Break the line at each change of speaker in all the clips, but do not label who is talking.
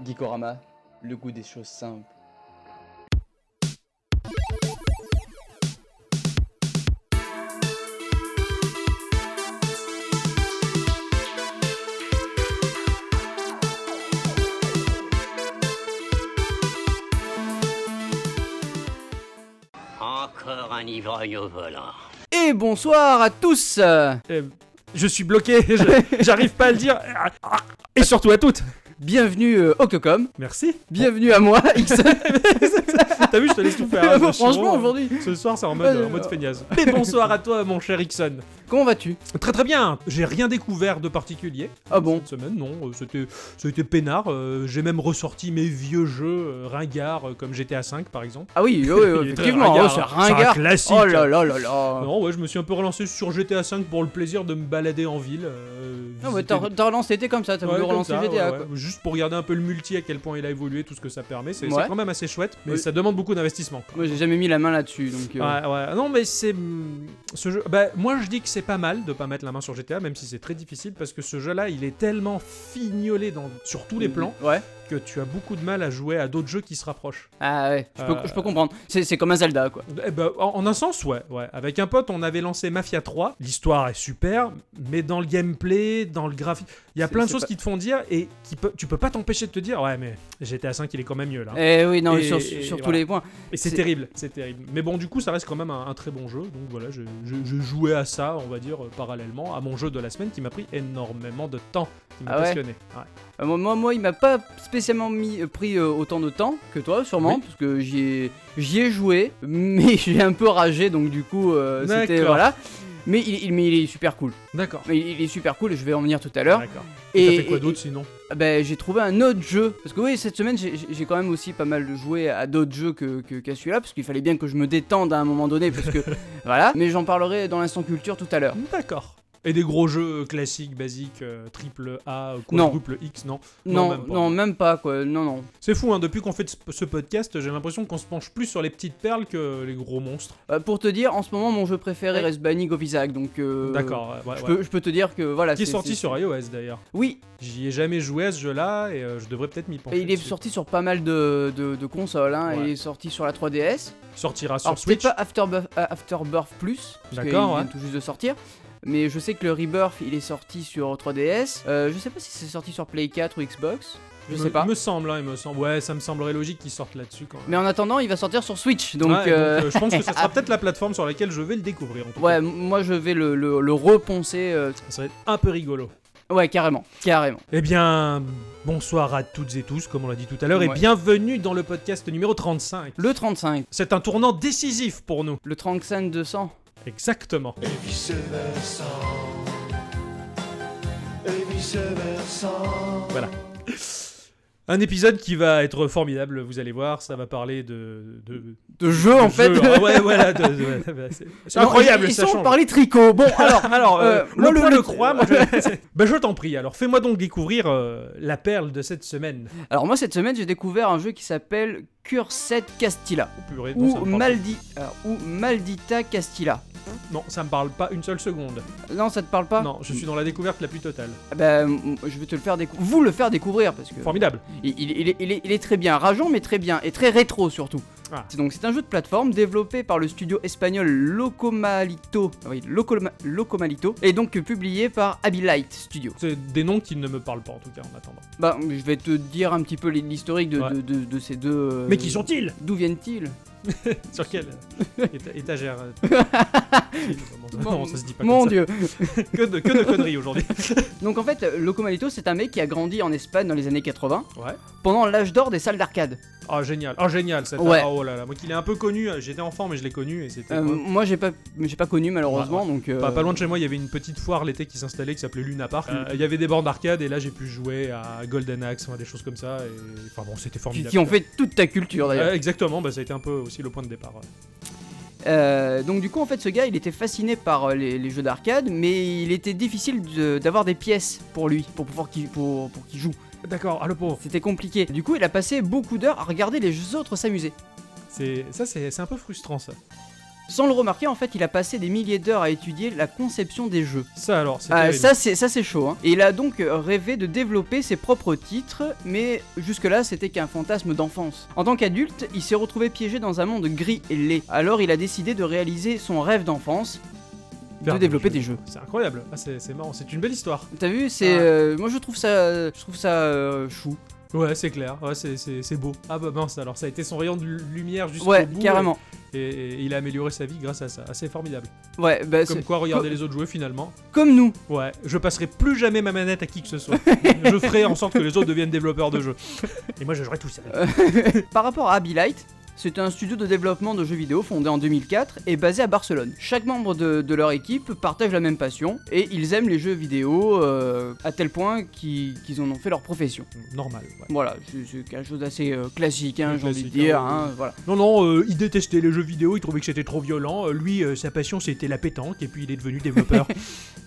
Gikorama, le goût des choses simples.
Encore un ivrogne au volant.
Et bonsoir à tous
Je suis bloqué, je- j'arrive pas à le dire. Et surtout à toutes.
Bienvenue euh, au Cocom,
Merci.
bienvenue à moi, Ixon.
T'as vu, je te laisse tout faire. hein, je suis
Franchement,
vraiment-
aujourd'hui,
Ce soir, c'est en mode,
Ouais,
en mode
euh,
feignasse. Mais bonsoir à toi, mon cher Ixon.
comment vas-tu
Très très bien. J'ai rien découvert de particulier
Ah bon
cette semaine, non. euh, C'était, c'était peinard. euh, J'ai même ressorti mes vieux jeux euh, ringards euh, comme GTA V par exemple.
Ah oui, oui, oui,
Il est très
effectivement,
ringard,
oh, c'est
hein.
ringard.
C'est un classique.
Oh là là là là
Non, ouais, je me suis un peu relancé sur GTA V pour le plaisir de me balader en ville. euh,
Non, mais
visiter
t'as t'as relancé, c'était comme ça, t'as
Ouais,
voulu
comme
relancer
ça,
GTA
ouais,
quoi.
ouais. Juste pour regarder un peu le multi, à quel point il a évolué, tout ce que ça permet. C'est c'est
Ouais.
quand même assez chouette, mais
Oui.
ça demande beaucoup d'investissement. quoi.
Moi j'ai jamais mis la main là-dessus donc. euh,
Ouais, ouais. Non, mais c'est. hum, Ce jeu. Bah, moi, je dis que c'est pas mal de pas mettre la main sur GTA, même si c'est très difficile, parce que ce jeu-là, il est tellement fignolé dans... sur
Mm.
tous les plans
Ouais.
que tu as beaucoup de mal à jouer à d'autres jeux qui se rapprochent.
Ah ouais, je peux,
Euh,
je peux comprendre. C'est c'est comme un Zelda quoi.
Eh ben, en, en un sens, ouais, ouais. Avec un pote, on avait lancé Mafia 3. L'histoire est super, mais dans le gameplay, dans le graphique, il y a
C'est-
plein de
c'est
choses
pas-
qui te font dire et qui peut... tu peux pas t'empêcher de te dire, ouais, mais GTA 5, il est quand même mieux là.
Eh oui, non,
Ah. Et-
sur,
et-
sur tous
voilà.
les points.
Et c'est
C'est-
terrible, c'est terrible. Mais bon, du coup, ça reste quand même un, un très bon jeu. Donc voilà, je, je- je jouais à ça, on va dire, euh, parallèlement à mon jeu de la semaine qui m'a pris énormément de temps, qui m'a
Ah ouais
passionné. Ouais.
Euh, moi, moi, moi, il m'a pas spécialement mis, euh, pris euh, autant de temps que toi, sûrement,
Oui.
parce que j'y ai, j'y ai joué, mais j'ai un peu ragé, donc du coup, euh, c'était.
D'accord.
Voilà. Mais il, il- mais il est super cool.
D'accord.
Mais il, il est super cool, et je vais en venir tout à l'heure.
D'accord.
Et
Et t'as fait quoi
et-
d'autre sinon
Ah Ben, j'ai trouvé un autre jeu. Parce que oui, cette semaine, j'ai- j'ai j'ai quand même aussi pas mal joué à d'autres jeux que- que- qu'à celui-là. Parce qu'il fallait bien que je me détende à un moment donné. Parce que voilà. Mais j'en parlerai dans l'instant culture tout à l'heure.
D'accord. Et des gros jeux classiques, basiques, euh, triple A, euh,
Non.
quadruple X, non Non,
Non,
même pas.
non, même pas quoi. Non, non.
C'est fou, hein, depuis qu'on fait ce- ce podcast, j'ai l'impression qu'on se penche plus sur les petites perles que les gros monstres.
Euh, pour te dire, en ce moment, mon jeu préféré reste Banning of Isaac. Donc, euh,
D'accord, ouais, ouais,
Je
ouais.
peux, je peux te dire que voilà.
Qui est
c'est-
sorti
c'est-
sur iOS d'ailleurs.
Oui,
J'y ai jamais joué à ce jeu-là et euh, je devrais peut-être m'y pencher.
et il est
dessus.
sorti sur pas mal de, de- de consoles. hein.
Ouais.
Il est sorti sur la 3DS.
Sortira sur
Alors, peut-être
Switch.
pas Afterbirth, euh, Afterbirth Plus, parce qu'il
D'accord, ouais.
vient tout juste de sortir. Mais je sais que le Rebirth, il est sorti sur 3DS. Euh, je sais pas si c'est sorti sur Play 4 ou Xbox. Je
me,
sais pas.
Me semble, hein, il me semble. Ouais, ça me semblerait logique qu'ils sortent là-dessus quand même.
Mais en attendant, il va sortir sur Switch. Donc,
Ouais,
euh,
euh, je pense que ça sera peut-être la plateforme sur laquelle je vais le découvrir. En tout
ouais,
cas.
m- moi je vais le, le, le reponcer. euh,
ça serait un peu rigolo.
Ouais, carrément. Carrément.
Eh bien, bonsoir à toutes et tous, comme on l'a dit tout à l'heure, et
Ouais.
bienvenue dans le podcast numéro 35.
Le 35.
C'est un tournant décisif pour nous.
Le 35 200.
Exactement.
et vice versa. Et vice versa.
Un épisode qui va être formidable, vous allez voir, ça va parler de... de,
De jeu en
de
fait.
jeux. Ah ouais, voilà, de- de- de- c'est- c'est
Non,
incroyable,
ils, ils
ça
sont
change.
parlé tricot. Bon, alors.
Alors,
Euh,
euh,
moi,
le,
le-
point
le-
le croit, moi, je... Ben, je t'en prie, alors fais-moi donc découvrir euh, la perle de cette semaine.
Alors, moi cette semaine, j'ai découvert un jeu qui s'appelle Curset Castilla.
Oh, purée, non, ça
Ou,
me parle
Maldi... alors, ou Maldita Castilla.
pas. Non, ça me parle pas une seule seconde.
Non, ça te parle pas
Non, je suis dans la découverte la plus totale.
Bah, m- je vais te le faire découvrir. Vous le faire découvrir parce que
Formidable.
il, il- il est, il est- il est très bien, rageant mais très bien et très rétro surtout.
Ah.
C'est Donc c'est un jeu de plateforme développé par le studio espagnol Locomalito, ah oui, Locoma- Locomalito, et donc euh, publié par Abilight Studio.
C'est des noms qui ne me parlent pas en tout cas en attendant.
Bah, je vais te dire un petit peu l'historique de,
Ouais.
de- de- de ces deux. euh,
Mais qui sont-ils
D'où viennent-ils
Sur quelle éta- étagère euh,
Mon-
Non, ça se dit pas
Mon
comme ça.
dieu
Que de, que de conneries aujourd'hui.
Donc en fait, Locomalito, c'est un mec qui a grandi en Espagne dans les années 80,
Ouais.
pendant l'âge d'or des salles d'arcade.
Ah génial, ah génial cette
Ouais.
ah, oh là là, moi qu'il est un peu connu, euh, j'étais enfant mais je l'ai connu et c'était
Euh,
quoi Ah,
moi, j'ai pas, j'ai pas connu malheureusement, donc. euh,
pas, pas loin de chez moi, il y avait une petite foire l'été qui s'installait qui s'appelait Luna Park. Euh, Il y avait des bornes d'arcade et là j'ai pu jouer à Golden Axe, enfin, des choses comme ça. Et... Enfin bon, c'était
qui,
formidable.
qui ont fait toute ta culture d'ailleurs.
Euh, exactement, bah, ça a été un peu aussi le point de départ. ouais.
Euh, donc du coup en fait ce gars il était fasciné par euh, les, les jeux d'arcade mais il était difficile de- d'avoir des pièces pour lui pour pouvoir qu'il pour, pour qu'il joue.
D'accord, ah le pauvre.
C'était compliqué. Du coup il a passé beaucoup d'heures à regarder les autres s'amuser.
C'est ça, c'est c'est un peu frustrant ça.
Sans le remarquer, en fait, il a passé des milliers d'heures à étudier la conception des jeux.
Ça alors, c'est
Ah,
terrible.
ça c'est ça c'est chaud. hein. Et il a donc rêvé de développer ses propres titres, mais jusque là c'était qu'un fantasme d'enfance. En tant qu'adulte, il s'est retrouvé piégé dans un monde gris et laid. Alors il a décidé de réaliser son rêve d'enfance,
Faire
de développer des jeux.
C'est incroyable. Ah, c'est c'est marrant. C'est une belle histoire.
T'as vu, c'est
Ah.
euh, moi je trouve ça je trouve ça euh, chou.
Ouais, c'est clair. Ouais, c'est- c'est c'est beau. Ah bah mince, alors ça a été son rayon de lu- lumière jusqu'au
Ouais,
bout. euh,
carrément.
Et, et il a amélioré sa vie grâce à ça. Ah, c'est formidable.
Ouais, bah, c'est-
Comme
comme...
quoi, regarder les autres jouer finalement.
nous.
Ouais, je passerai plus jamais ma manette à qui que ce soit. je ferai en sorte que les autres deviennent développeurs de jeux. Et moi, je jouerai tout seul.
Par rapport à Abilite, c'est un studio de développement de jeux vidéo fondé en 2004 et basé à Barcelone. Chaque membre de, de leur équipe partage la même passion et ils aiment les jeux vidéo euh, à tel point qu'ils qu'ils en ont fait leur profession.
Euh, Normal. ouais.
Voilà, c'est c'est quelque chose d'assez euh, classique, hein,
Oui,
j'ai envie de
classique,
dire.
hein,
hein,
oui.
voilà.
Non, non, euh, il détestait les jeux vidéo, il trouvait que c'était trop violent. Euh, lui, euh, sa passion, c'était la pétanque, et puis il est devenu développeur.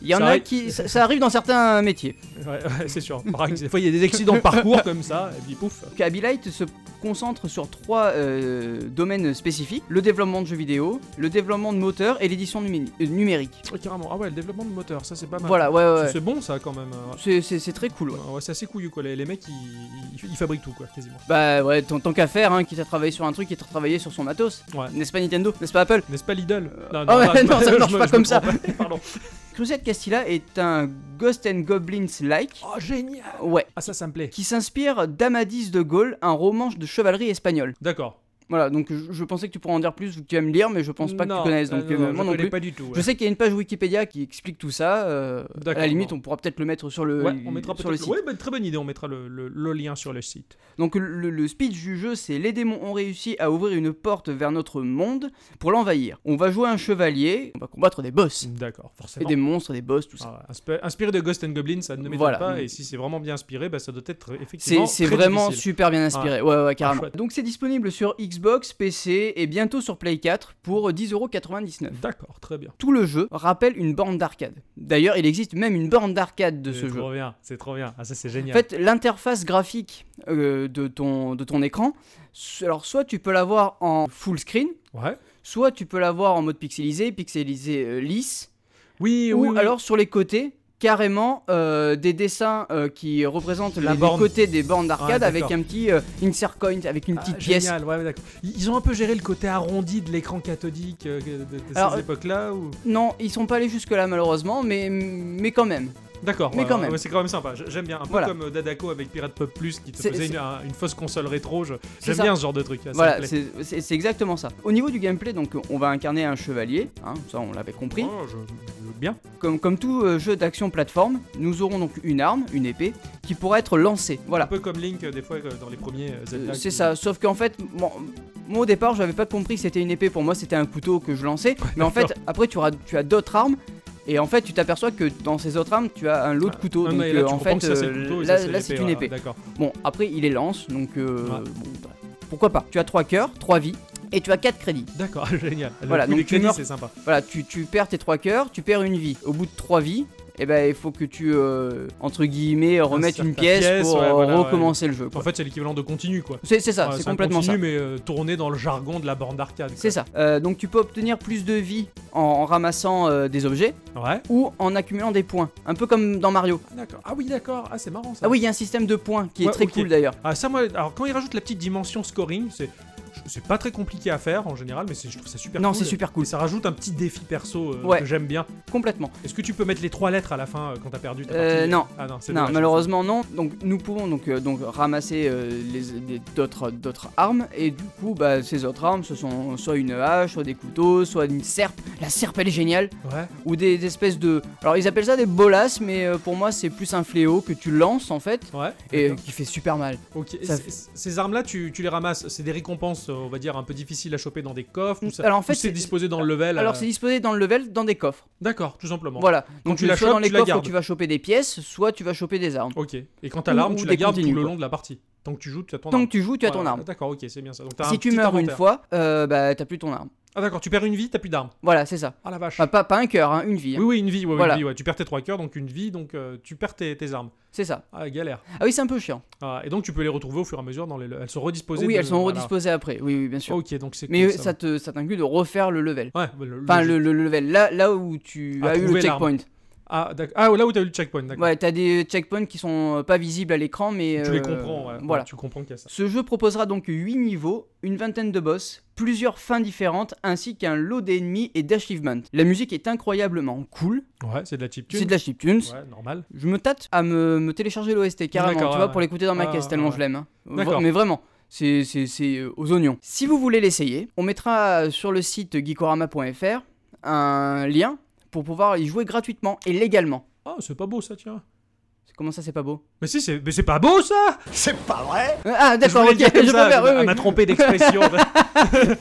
Il y en
Ça
a
arrive-
qui. Ça, ça arrive dans certains métiers.
ouais, ouais, c'est sûr. Par exemple, Des fois, il y a des accidents de parcours comme ça, et puis pouf.
Donc, Abilite se concentre sur trois euh, domaines spécifiques le développement de jeux vidéo, le développement de moteurs et l'édition numé- euh, numérique.
Ouais, carrément. Ah ouais, le développement de moteur, ça, c'est pas mal.
Voilà, ouais, ouais,
C'est-
ouais.
C'est bon, ça, quand même. hein.
C'est- C'est c'est très cool, ouais.
Ouais, c'est assez couillu, quoi. Les, les mecs, ils, ils- ils fabriquent tout, quoi, quasiment.
Bah ouais, tant, tant qu'à faire, hein, quitte à travailler sur un truc, quitte à travailler sur son matos.
Ouais.
N'est-ce pas Nintendo N'est-ce pas Apple
N'est-ce pas Lidl
Ah ouais, non, ça
je
marche
me-
pas
je
comme
me
ça.
trompe. Pardon.
Crusade Castilla est un Ghost and Goblins-like.
Oh, génial
Ouais.
Ah, ça, ça me plaît.
Qui s'inspire d'Amadis de Gaulle, un roman de chevalerie espagnole.
D'accord.
Voilà, donc je, je pensais que tu pourrais en dire plus ou que tu aimes lire, mais je pense pas que tu
Non,
connaisses,
euh,
donc
non,
euh, moi
non, je
non
connais
plus.
pas du tout. ouais.
Je sais qu'il y a une page Wikipédia qui explique tout ça. euh, à
D'accord,
la limite,
bon.
on pourra peut-être le mettre sur le,
Ouais, on mettra
euh, sur le
peut-être.
site.
Ouais, bah, très bonne idée, on mettra le, le- le lien sur le site.
Donc le, le speech du jeu, c'est les démons ont réussi à ouvrir une porte vers notre monde pour l'envahir. On va jouer un chevalier, on va combattre des boss.
D'accord,
Et
forcément.
des monstres, des boss, tout ça.
Ah, inspi- inspiré de Ghost and Goblin, ça ne m'étonne
Voilà.
pas. Et si c'est vraiment bien inspiré, bah, ça doit être effectivement.
C'est c'est
très
vraiment
difficile. Ah,
super bien inspiré. Ouais, ouais, carrément.
chouette.
Donc c'est disponible sur Xbox, PC et bientôt sur Play 4 pour 10,99€.
D'accord, très bien.
Tout le jeu rappelle une borne d'arcade. D'ailleurs, il existe même une borne d'arcade de
c'est
ce jeu.
trop bien, c'est trop bien. Ah, ça, c'est
En
génial.
fait, l'interface graphique euh, de, ton, de ton écran, s- alors soit tu peux l'avoir en full screen,
Ouais.
soit tu peux l'avoir en mode pixelisé, pixelisé euh, lisse,
Oui, oui.
ou
oui.
alors sur les côtés, carrément euh, des dessins euh, qui représentent
La
les, les
borne.
côtés des bornes d'arcade
Ouais,
avec
Ah, d'accord.
un petit euh, insert coin, avec une
Ah,
petite pièce.
génial, ouais, ouais, d'accord. Ils ils ont un peu géré le côté arrondi de l'écran cathodique euh, de, de ces
Alors, euh,
époques-là ou...
Non, ils sont pas allés jusque-là malheureusement, mais, mais quand même.
D'accord,
mais
ouais,
quand
ouais,
même.
ouais, c'est quand même sympa. J- J'aime bien. Un peu
Voilà.
comme euh, Dadako avec Pirate Pop Plus qui te
C'est-
faisait
c'est-
une, un- une fausse console rétro. je-
C'est
J'aime
ça.
bien ce genre de truc. ça me
voilà,
plaît.
c'est c'est- c'est exactement ça. Au niveau du gameplay, donc on va incarner un chevalier, hein, ça on l'avait compris.
Oh, je- je- bien.
Comme, comme tout euh, jeu d'action plateforme, nous aurons donc une arme, une épée, qui pourra être lancée.
Un
Voilà.
peu comme Link euh, des fois euh, dans les premiers euh, Zelda.
Euh,
qui-
C'est ça, sauf qu'en fait, bon, moi au départ, j'avais pas compris que c'était une épée, pour moi c'était un couteau que je lançais, mais en fait, après tu, auras, tu as d'autres armes, et en fait, tu t'aperçois que dans ces autres armes, tu as un lot de couteaux,
Ah,
donc
mais là,
euh,
tu
en fait,
comprends que ça, c'est le
euh,
couteau et ça,
là,
c'est
là, c'est une
ouais,
épée.
D'accord.
Bon, après, il les lance, donc euh,
Ouais.
bon, bah, pourquoi pas. Tu as 3 cœurs, 3 vies, et tu as 4 crédits.
D'accord, génial. Le
Voilà,
coup
donc
des
tu
crédits,
meurs.
c'est sympa.
Voilà, tu, tu perds tes 3 cœurs, tu perds une vie. Au bout de 3 vies, eh ben, il faut que tu, euh, entre guillemets, remettes
Insères
une
ta
pièce,
pièce,
pour
ouais,
euh,
voilà, ouais.
recommencer le jeu.
En
quoi.
fait, c'est l'équivalent de continu, quoi.
C'est c'est ça,
Ouais,
c'est
un
complètement
continu,
ça.
mais euh, tourné dans le jargon de la bande d'arcade.
C'est ça. Euh, donc tu peux obtenir plus de vie en, en ramassant euh, des objets
quoi. Ouais.
ou en accumulant des points. Un peu comme dans Mario.
Ah, D'accord. Ah oui, d'accord. Ah, c'est marrant ça.
Ah oui, il y a un système de points qui est
Ouais,
très
ok.
cool d'ailleurs.
Ah ça moi alors quand ils rajoutent la petite dimension scoring, c'est c'est pas très compliqué à faire en général, mais c'est- je trouve ça super
Non,
cool.
c'est super cool.
Et ça rajoute un petit défi perso euh,
Ouais.
que j'aime bien.
Complètement.
Est-ce que tu peux mettre les trois lettres à la fin euh, quand t'as perdu ta
Euh,
partie
non.
Ah non, c'est
Non,
dommage.
malheureusement non. Donc nous pouvons donc, euh, donc ramasser euh, les- des- d'autres d'autres armes et du coup bah, ces autres armes ce sont soit une hache, soit des couteaux, soit une serpe. La serpe elle est géniale
Ouais.
ou des, espèces de alors ils appellent ça des bolas mais euh, pour moi c'est plus un fléau que tu lances en fait
Ouais.
et euh,
d'accord.
qui fait super mal.
Ok.
ça
Et c- Ces armes-là, tu, tu les ramasses. C'est des récompenses, euh, on va dire, un peu difficiles à choper dans des coffres. Ou ça,
Alors, en
ou
fait,
c'est
c'est-
disposé dans le level. euh,
Alors c'est disposé dans le level dans des coffres.
D'accord, tout simplement.
Voilà.
Quand
Donc
tu la
soit
chopes,
dans les
tu la
coffres
gardes.
tu vas choper des pièces, soit tu vas choper des armes.
Ok. Et quand t'as
Ou-
l'armes,
ou
tu
des
la gardes
continues,
tout le
quoi.
long de la partie. Tant que tu joues, tu as ton
Tant
arme.
que tu joues, tu as ton
Voilà,
arme.
D'accord, ok, c'est bien ça. Donc, t'as un
Si tu
petit
meurs une
inventaire.
fois, euh, bah t'as plus ton arme.
Ah d'accord, tu perds une vie, t'as plus d'armes.
Voilà, c'est ça.
Ah la vache.
Enfin, pas, pas un cœur, hein, une vie. hein.
Oui, oui, une vie, ouais, ouais,
Voilà.
une vie, ouais. Tu perds tes trois cœurs, donc une vie, donc euh, tu perds tes, tes armes.
C'est ça.
Ah, galère.
Ah oui, c'est un peu chiant.
Ah, et donc, tu peux les retrouver au fur et à mesure. Dans les... Elles sont redisposées.
Oui,
de-
elles sont
voilà.
redisposées après. Oui, oui, bien sûr.
Ok, donc c'est
Mais
cool,
euh, ça te- ça t'inclut de refaire le level.
Ouais, bah, le-
Enfin,
le-
le, le- le level, là, là où tu
Ah,
as eu le
trouver l'arme.
checkpoint.
Ah, d'accord. Ah, là où t'as eu le checkpoint, d'accord.
Ouais, t'as des checkpoints qui sont euh, pas visibles à l'écran, mais.
tu
euh,
les comprends, ouais.
Voilà.
Tu comprends qu'il y a ça.
Ce jeu proposera donc 8 niveaux, une vingtaine de boss, plusieurs fins différentes, ainsi qu'un lot d'ennemis et d'achievements. La musique est incroyablement cool,
Ouais, c'est de la chiptune.
c'est de la chiptunes.
Ouais, normal.
Je me tâte à me, me télécharger l'OST carrément, tu
D'accord,
vois,
ouais,
pour l'écouter dans ma
ouais.
caisse,
Ah,
tellement
ouais.
je l'aime. hein. Vra-
D'accord.
Mais vraiment. C'est c'est- c'est, euh, aux oignons. Si vous voulez l'essayer, on mettra sur le site geekorama.fr un lien pour pouvoir y jouer gratuitement et légalement.
Ah, c'est pas beau ça, tiens.
Comment ça, c'est pas beau
Mais si, c'est mais c'est pas beau ça
Ah, d'accord,
Je
ok,
voulais dire comme
je
ça,
préfère, oui,
Elle
oui.
m'a trompé d'expression.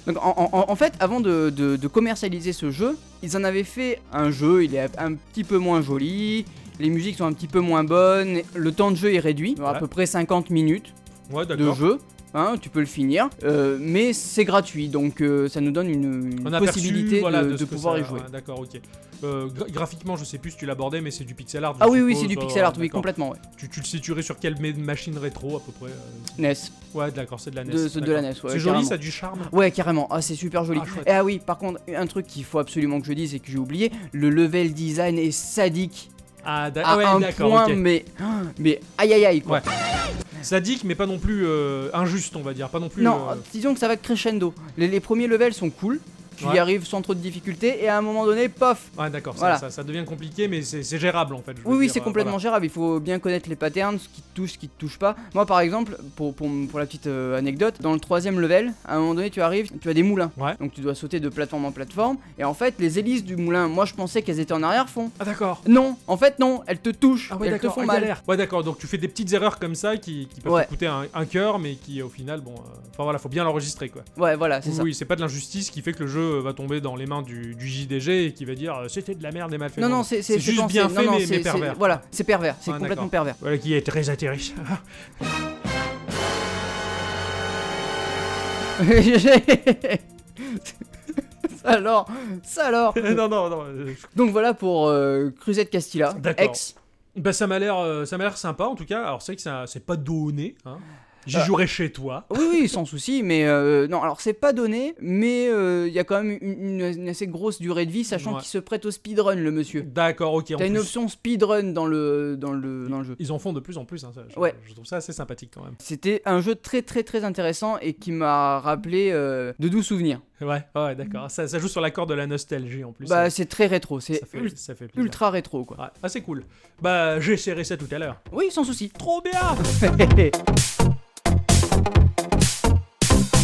Donc, en, en- en fait, avant de, de- de commercialiser ce jeu, ils en avaient fait un jeu, il est un petit peu moins joli, les musiques sont un petit peu moins bonnes, le temps de jeu est réduit, à
Ouais.
peu près 50 minutes
ouais,
de
d'accord.
jeu. hein, tu peux le finir, euh, mais c'est gratuit, donc euh, ça nous donne une, une
On a
possibilité
perçu, voilà,
de,
de,
de
ce que
pouvoir
ça-
y jouer.
ouais, d'accord, ok. Euh, gra- graphiquement, je sais plus si tu l'abordais, mais c'est du pixel art. je
Ah oui, oui,
suppose,
c'est du
euh,
pixel art, oui,
d'accord.
complètement, ouais.
Tu, tu le situerais sur quelle ma- machine rétro à peu près euh,
NES,
Ouais, d'accord, c'est de la NES.
de, de la
d'accord.
NES, ouais.
c'est
carrément.
joli, ça a du charme.
Ouais, carrément. Ah, c'est super joli.
Ah, chouette.
et ah oui, par contre, un truc qu'il faut absolument que je dise et que j'ai oublié, le level design est sadique
Ah, d'ac-
à
ouais,
un
d'accord,
point,
ok.
mais mais aïe aïe aïe quoi.
Ouais. Sadique, mais pas non plus euh, injuste, on va dire. Pas non plus.
Non,
euh,
disons que ça va crescendo. Les, les premiers levels sont cool, tu y
Ouais.
arrives sans trop de difficultés et à un moment donné, pof.
Ouais, d'accord, ça-
Voilà.
ça, ça devient compliqué, mais c'est c'est gérable en fait. je veux
Oui, oui,
dire,
c'est
euh,
complètement gérable. Il faut bien connaître les patterns, ce qui te touche, ce qui te touche pas. Moi, par exemple, pour, pour, pour la petite euh, anecdote, dans le troisième level, à un moment donné, tu arrives, tu as des moulins.
Ouais.
Donc tu dois sauter de plateforme en plateforme. Et en fait, les hélices du moulin, moi je pensais qu'elles étaient en arrière-fond.
voilà. Ah, d'accord.
Non, en fait, non, elles te touchent.
Ah ouais,
elles te
d'accord,
font
ah,
mal.
galère. Ouais, d'accord, donc tu fais des petites erreurs comme ça qui, qui peuvent
Ouais.
te coûter un, un cœur, mais qui au final, bon. euh, Enfin voilà, faut bien l'enregistrer quoi.
Ouais, voilà, Ah, c'est
Oui,
ça.
oui, c'est pas de l'injustice qui fait que le jeu va tomber dans les mains du, du JDG et qui va dire euh, c'était de la merde et mal fait.
Non, non, c'est c'est-
juste
pensé.
bien
Non,
fait,
non,
mais-
c'est-
mais
c'est-
pervers.
Voilà, c'est pervers, c'est
Ah,
complètement
d'accord.
pervers.
Voilà qui est très atterri.
ça alors, ça alors.
non, non, non. euh,
Donc voilà pour euh, Crusade Castilla,
D'accord.
ex.
Bah ça m'a l'air, euh, ça m'a l'air sympa en tout cas. Alors c'est vrai que ça- c'est pas donné. Hein. J'y
Ah.
jouerai chez toi.
Oui, oui, sans souci, mais euh, non, alors c'est pas donné, mais euh, il y a quand même une, une- une assez grosse durée de vie, sachant
Ouais.
qu'il se prête au speedrun, le monsieur.
D'accord, ok. en
T'as une
plus,
option speedrun dans le, dans, le, dans le jeu.
Ils en font de plus en plus. hein, ça, je,
Ouais.
je trouve ça assez sympathique quand même.
C'était un jeu très très très intéressant et qui m'a rappelé euh, de doux souvenirs.
Ouais, ouais, d'accord. Ça, ça joue sur l'accord de la nostalgie en plus.
Bah
ça,
c'est très rétro, c'est
ça
ul-
fait, ça fait plaisir.
ultra rétro quoi.
Ouais. Ah, c'est cool. Bah, j'essaierai ça tout à l'heure.
Oui, sans souci.
Trop bien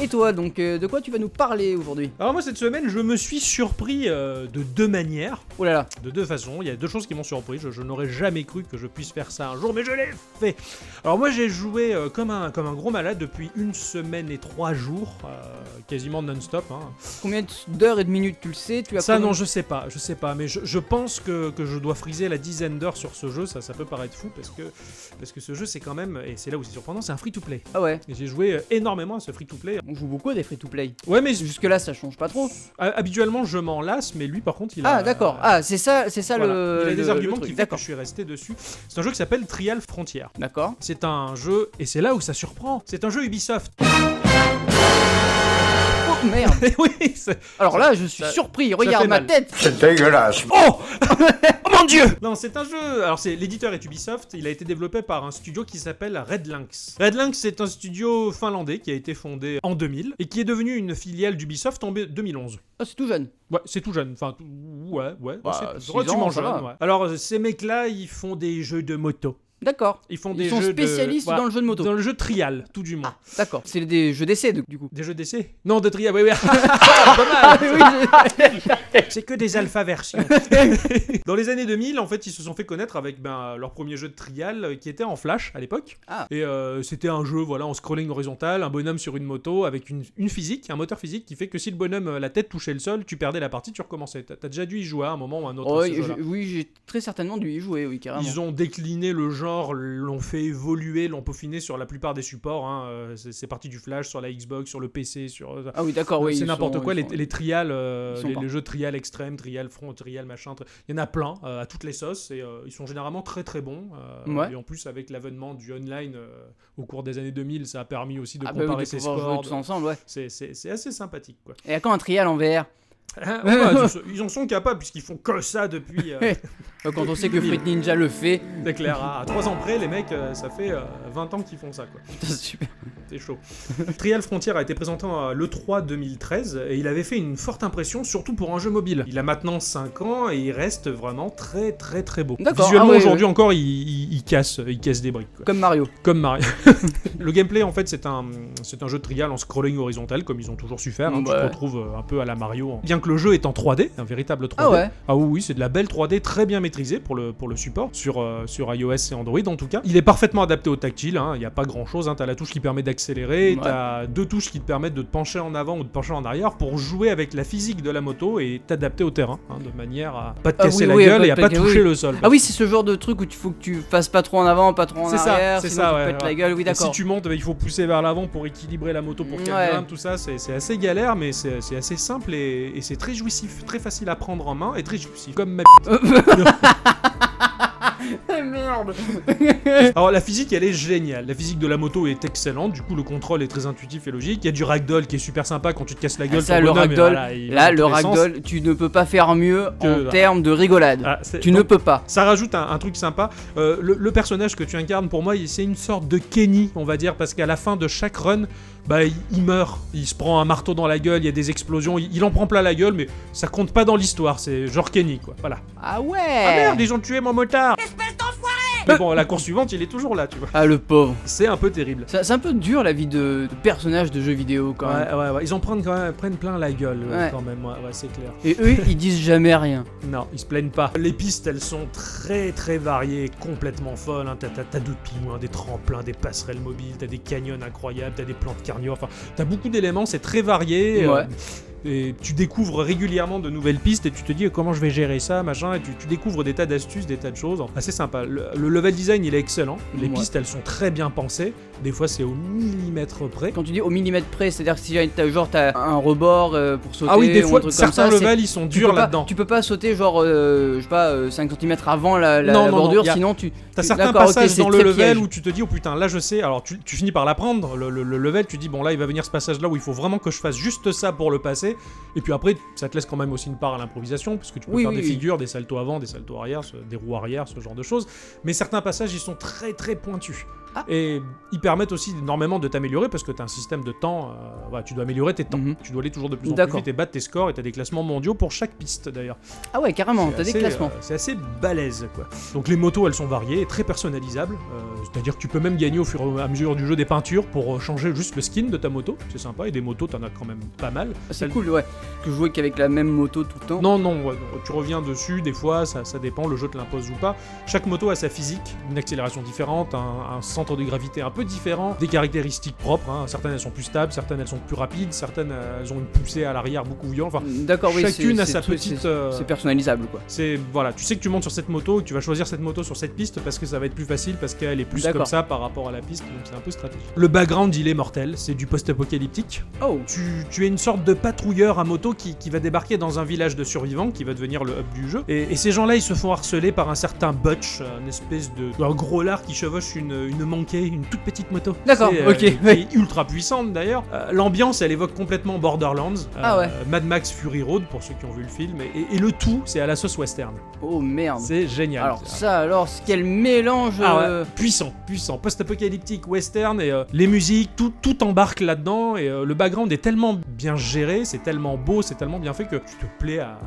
Et toi, donc, euh, de quoi tu vas nous parler aujourd'hui
Alors moi cette semaine je me suis surpris euh, de deux manières,
Oh là là,
de deux façons. Il y a deux choses qui m'ont surpris. Je, je n'aurais jamais cru que je puisse faire ça un jour, mais je l'ai fait. Alors moi j'ai joué euh, comme, un, comme un gros malade depuis une semaine et trois jours, euh, quasiment non-stop. hein.
combien d'heures et de minutes tu le sais tu as
Ça
combien-
non je sais pas, je sais pas, mais je, je pense que, que je dois friser la dizaine d'heures sur ce jeu. Ça ça peut paraître fou parce que parce que ce jeu c'est quand même et c'est là où c'est surprenant, c'est un free to play.
Ah ouais,
Et J'ai joué euh, énormément à ce free-to-play free-to-play.
On joue beaucoup à des free-to-play.
Ouais, mais
Jusque-là, ça change pas trop.
ha- habituellement, je m'en lasse, mais lui, par contre, il a.
Ah, d'accord. Ah, c'est ça, c'est ça
Voilà.
le.
Il a
le-
des
le
arguments
truc.
qui font que
D'accord.
je suis resté dessus. C'est un jeu qui s'appelle Trial Frontier.
D'accord.
C'est un jeu, et c'est là où ça surprend. C'est un jeu Ubisoft.
Oh merde.
Et oui, c'est-
Alors là, je suis
Ça-
surpris. Regarde
fait
ma
mal.
tête.
C'est dégueulasse.
Oh
Oh mon dieu.
Non, c'est un jeu. Alors, c'est l'éditeur est Ubisoft. Il a été développé par un studio qui s'appelle Red Lynx. Red Lynx, c'est un studio finlandais qui a été fondé en 2000 et qui est devenu une filiale d'Ubisoft en 2011.
Oh, c'est tout jeune.
Ouais, c'est tout jeune. Enfin, tout- ouais, ouais.
Bah,
c'est
six
relativement
ans, ça
jeune.
va.
ouais. Alors, euh, ces mecs-là, ils font des jeux de moto.
D'accord.
Ils font
Ils
des
sont
jeux de-
spécialistes
voilà,
dans le jeu de moto. Ah.
Dans le jeu trial, tout du moins.
D'accord. C'est des jeux d'essai donc, du coup.
Des jeux d'essai Non, de trial, oui, oui.
Ah, oui, je-
C'est que des alpha versions. Dans les années 2000, en fait, ils se sont fait connaître avec ben, leur premier jeu de trial euh, qui était en flash à l'époque.
Ah.
Et euh, c'était un jeu, voilà, en scrolling horizontal, un bonhomme sur une moto avec une, une physique, un moteur physique qui fait que si le bonhomme, euh, la tête touchait le sol, tu perdais la partie, tu recommençais. T'as t'as déjà dû y jouer à un moment ou à un autre.
Oh,
à ce
oui,
jeu-là.
je- oui, j'ai très certainement dû y jouer, oui, carrément.
Ils ont décliné le genre, l'ont fait évoluer, l'ont peaufiné sur la plupart des supports. hein, euh, C'est c'est parti du flash, sur la Xbox, sur le PC, sur... euh,
Ah oui, d'accord, oui.
c'est
ils
n'importe
sont-
quoi,
ils
les,
sont-
les trials, euh,
ils sont
les,
pas.
les jeux trial extrême, trial front, trial machin, tri- il y en a plein, euh, à toutes les sauces, et euh, ils sont généralement très très bons. euh,
Ouais.
Et en plus, avec l'avènement du online euh, au cours des années 2000, ça a permis aussi de
Ah bah oui,
comparer
de
ses
pouvoir jouer
scores.
tous
de-
ensemble, ouais.
C'est- C'est c'est assez sympathique, quoi.
Et à quand un trial en VR
Ah, ouais, ils- ils en sont capables, puisqu'ils font que ça depuis... euh,
Euh, Quand on sait que Fruit Ninja le fait,
C'est clair, à 3 ans près, les mecs, euh, ça fait euh, 20 ans qu'ils font ça, quoi.
putain, c'est super.
C'est chaud. Trial Frontier a été présenté à l'E3 2013 et il avait fait une forte impression, surtout pour un jeu mobile. Il a maintenant 5 ans et il reste vraiment très très très beau.
D'accord,
Visuellement
ah ouais,
aujourd'hui encore, il, il- il casse, il casse des briques. quoi.
Comme Mario.
Comme Mario. le gameplay en fait c'est un, c'est un jeu de trial en scrolling horizontal comme ils ont toujours su faire. hein. Tu
Mm, Ouais.
te retrouves euh, un peu à la Mario. hein. Bien que le jeu est en 3D, un véritable 3D.
Ah ouais
Ah oui, oui, c'est de la belle 3D très bien maîtrisée pour le, pour le support, sur, euh, sur iOS et Android en tout cas. Il est parfaitement adapté au tactile, hein, il n'y a pas grand chose, hein, t'as la touche qui permet d'accélérer,
Ouais.
t'as deux touches qui te permettent de te pencher en avant ou de pencher en arrière pour jouer avec la physique de la moto et t'adapter au terrain, hein, de manière à pas te
Ah
casser
oui,
la
oui,
gueule
pas
et à
te
pas
casser, oui.
toucher le sol.
Ah oui, c'est ce genre de truc où il faut que tu fasses pas trop en avant, pas trop en
C'est ça,
arrière,
c'est
sinon
ça,
tu
ouais,
pètes
ouais.
la gueule, oui,
Et si
d'accord.
tu montes, bah, il faut pousser vers l'avant pour équilibrer la moto pour qu'elle
Ouais.
grimpe, tout ça. C'est c'est assez galère, mais c'est c'est assez simple et, et c'est très jouissif, très facile à prendre en main et très jouissif. Comme ma
Ah, Merde
Alors la physique elle est géniale, la physique de la moto est excellente, du coup le contrôle est très intuitif et logique, il y a du ragdoll qui est super sympa quand tu te casses la gueule.
Ah, Ça,
ton
le
bonhomme, et
ragdoll,
voilà, il
Là,
va dans
le
tous les sens.
ragdoll, tu ne peux pas faire mieux
Que-
en termes de rigolade.
Ah, c'est-
Tu
donc,
ne peux pas.
Ça rajoute un, un truc sympa, Euh, le, le personnage que tu incarnes pour moi il- c'est une sorte de Kenny on va dire, parce qu'à la fin de chaque run, bah il, il meurt, il se prend un marteau dans la gueule, il y a des explosions, il, il en prend plein la gueule mais ça compte pas dans l'histoire, c'est genre Kenny quoi, voilà.
Ah
Ah merde,
ouais
ils ont tué mon motard Espèce d'enfoiré Mais bon, à la course suivante il est toujours là tu vois,
Ah, le pauvre.
c'est un peu terrible.
Ça- C'est un peu dur la vie de, de personnage de jeux vidéo quand même.
Ouais, ouais, ouais. Ils en prennent quand même, prennent plein la gueule euh,
Ouais.
quand même, ouais, ouais, c'est clair.
Et eux, ils disent jamais rien.
Non, ils se plaignent pas. Les pistes, elles sont très très variées, complètement folles. hein. T'as, t'as- t'as de tout, hein, des tremplins, des passerelles mobiles, t'as des canyons incroyables, t'as des plantes carnivores. Enfin, t'as beaucoup d'éléments, c'est très varié. euh,
Ouais.
et tu découvres régulièrement de nouvelles pistes et tu te dis euh, comment je vais gérer ça, machin. Et tu, tu découvres des tas d'astuces, des tas de choses. Assez sympa. Le, le level design, il est excellent. Les
Ouais.
pistes, elles sont très bien pensées. Des fois, c'est au millimètre près.
Quand tu dis au millimètre près, c'est-à-dire que si t'as- genre t'as un rebord euh, pour sauter,
Ah oui, des
ou un
fois,
truc comme
certains
ça, c'est-
levels, ils sont
tu
durs
peux pas-
là-dedans.
Tu peux pas sauter genre, euh, je sais pas, euh, 5 cm avant la, la-
Non,
la
non, non,
bordure,
y a-
sinon tu.
T'as
tu-
certains
d'accord, ok,
passages
c'est
dans le
très
level
piège.
où tu te dis, oh putain, là je sais. Alors tu, tu finis par l'apprendre, le, le- le level, tu dis, bon là il va venir ce passage là où il faut vraiment que je fasse juste ça pour le passer. Et puis après, ça te laisse quand même aussi une part à l'improvisation, puisque tu peux
Oui,
faire
oui,
des
oui.
figures, des saltos avant, des saltos arrière, ce- des roues arrière, ce genre de choses. Mais certains passages, ils sont très très pointus.
Ah.
Et ils permettent aussi énormément de t'améliorer parce que t'as un système de temps. euh, voilà, tu dois améliorer tes temps.
Mhm.
Tu dois aller toujours de plus en plus
D'accord.
vite et battre tes scores. Et t'as des classements mondiaux pour chaque piste d'ailleurs.
Ah ouais, carrément,
C'est
t'as des
assez,
classements.
euh, c'est assez balèze, quoi. Donc les motos, elles sont variées et très personnalisables. euh, C'est-à-dire que tu peux même gagner au fur et à mesure du jeu des peintures pour euh, changer juste le skin de ta moto. C'est sympa. Et des motos, t'en as quand même pas mal.
C'est
T'as-
cool cool, ouais. Que jouer qu'avec la même moto tout le temps.
Non, non, ouais, non, tu reviens dessus, des fois, ça, ça dépend, le jeu te l'impose ou pas. Chaque moto a sa physique, une accélération différente, un, un centre de gravité un peu différent, des caractéristiques propres. hein. Certaines, elles sont plus stables, certaines, elles sont plus rapides, certaines, euh, elles ont une poussée à l'arrière beaucoup violente. Enfin,
D'accord, oui.
chacune
c'est-
a
c'est
sa
truc-
petite...
c'est-
euh,
C'est personnalisable, quoi.
C'est voilà, tu sais que tu montes sur cette moto et que tu vas choisir cette moto sur cette piste parce que ça va être plus facile parce qu'elle est plus
D'accord.
comme ça par rapport à la piste, donc c'est un peu stratégique. Le background il est mortel, c'est du post-apocalyptique.
Oh,
Tu, tu es une sorte de patrouilleur à moto qui, qui va débarquer dans un village de survivants qui va devenir le hub du jeu. Et, et ces gens-là ils se font harceler par un certain Butch, un espèce de un gros lard qui chevauche une, une manquée, une toute petite moto.
D'accord,
C'est, euh,
ok,
qui
ouais.
est ultra puissante d'ailleurs. Euh, L'ambiance elle évoque complètement Borderlands, euh,
Ah ouais.
Mad Max Fury Road pour ceux qui ont vu le film, et- et- et le tout c'est à la sauce western.
oh merde.
C'est génial.
Alors ça, alors quel mélange.
Ah ouais,
euh,
puissant, puissant, post-apocalyptique, western et euh, les musiques, tout, tout embarque là-dedans et euh, le background est tellement bien géré, c'est tellement beau, c'est tellement bien fait que tu te plais à,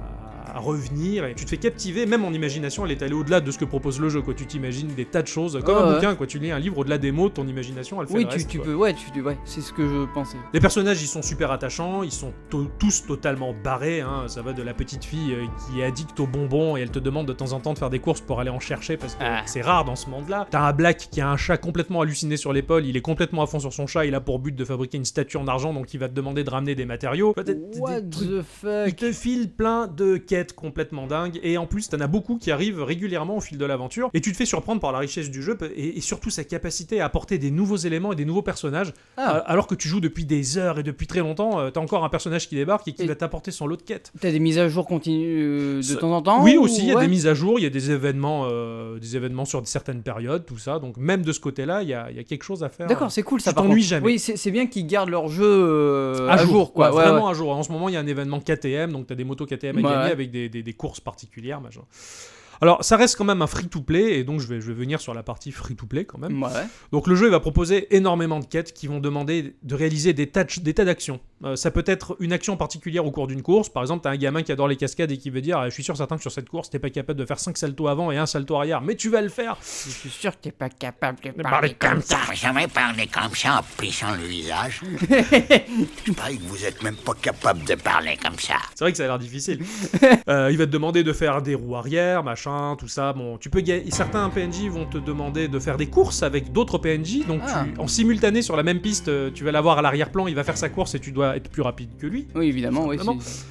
à revenir et tu te fais captiver, même en imagination elle est allée au-delà de ce que propose le jeu, quoi. Tu t'imagines des tas de choses, comme
Ouais,
un
ouais.
bouquin, quoi. Tu lis un livre au-delà des mots, ton imagination elle fait
Oui,
le
tu,
reste,
tu
quoi.
peux, ouais, tu, tu- ouais, c'est ce que je pensais.
Les personnages, ils sont super attachants, ils sont to- tous totalement barrés. hein. Ça va de la petite fille euh, qui est addicte aux bonbons et elle te demande de temps en temps de faire des courses pour aller en chercher parce que
Ah.
c'est rare dans ce monde-là. T'as un Black qui a un chat complètement halluciné sur l'épaule, il est complètement à fond sur son chat, il a pour but de fabriquer une statue en argent donc il va te demander de ramener des matériaux. T'as- t'as des
What
trucs-
the
il
fuck
te file plein de quêtes complètement dingues et en plus t'en as beaucoup qui arrivent régulièrement au fil de l'aventure et tu te fais surprendre par la richesse du jeu et, et surtout sa capacité à apporter des nouveaux éléments et des nouveaux personnages
Ah.
euh, alors que tu joues depuis des heures et depuis très longtemps, euh, t'as encore un personnage qui débarque et qui
Et-
va t'apporter son lot de quêtes.
T'as des mises à jour continues euh, de
Ça-
temps en temps
oui, aussi, il y a
ou- ouais
des mises à jour, il y a des événements, euh, des événements sur certaines périodes, tout ça. Donc même de ce côté-là, il y a, il y a quelque chose à faire. euh,
D'accord, c'est cool ça.
tu
par
t'ennuies
contre.
jamais.
Oui, c'est c'est bien qu'ils gardent leur jeu euh, à, jour, quoi.
Ouais,
ouais,
vraiment
ouais.
à jour. En ce moment, il y a un événement KTM, donc tu as des motos KTM à
Ouais,
gagner
ouais.
avec des, des- des courses particulières. Machin. Alors, ça reste quand même un free-to-play, et donc je vais, je vais venir sur la partie free-to-play quand même.
Ouais, ouais.
Donc le jeu il va proposer énormément de quêtes qui vont demander de réaliser des tas, de- des tas d'actions. Euh, ça peut être une action particulière au cours d'une course. Par exemple, t'as un gamin qui adore les cascades et qui veut dire, Ah, je suis sûr certain que sur cette course, t'es pas capable de faire 5 saltos avant et un salto arrière, mais tu vas le faire.
Je suis sûr que t'es pas capable de parler.
parler
Comme ça, jamais parler comme ça en plissant le visage. Je parie que vous êtes même pas capable de parler comme ça.
C'est vrai que ça a l'air difficile. Euh, il va te demander de faire des roues arrière, machin, tout ça. Bon, tu peux ga- certains PNJ vont te demander de faire des courses avec d'autres PNJ, donc tu-
Ah.
en simultané sur la même piste, euh, tu vas l'avoir à l'arrière-plan, il va faire sa course et tu dois être plus rapide que lui.
Oui, évidemment, oui.
Vraiment.
c'est-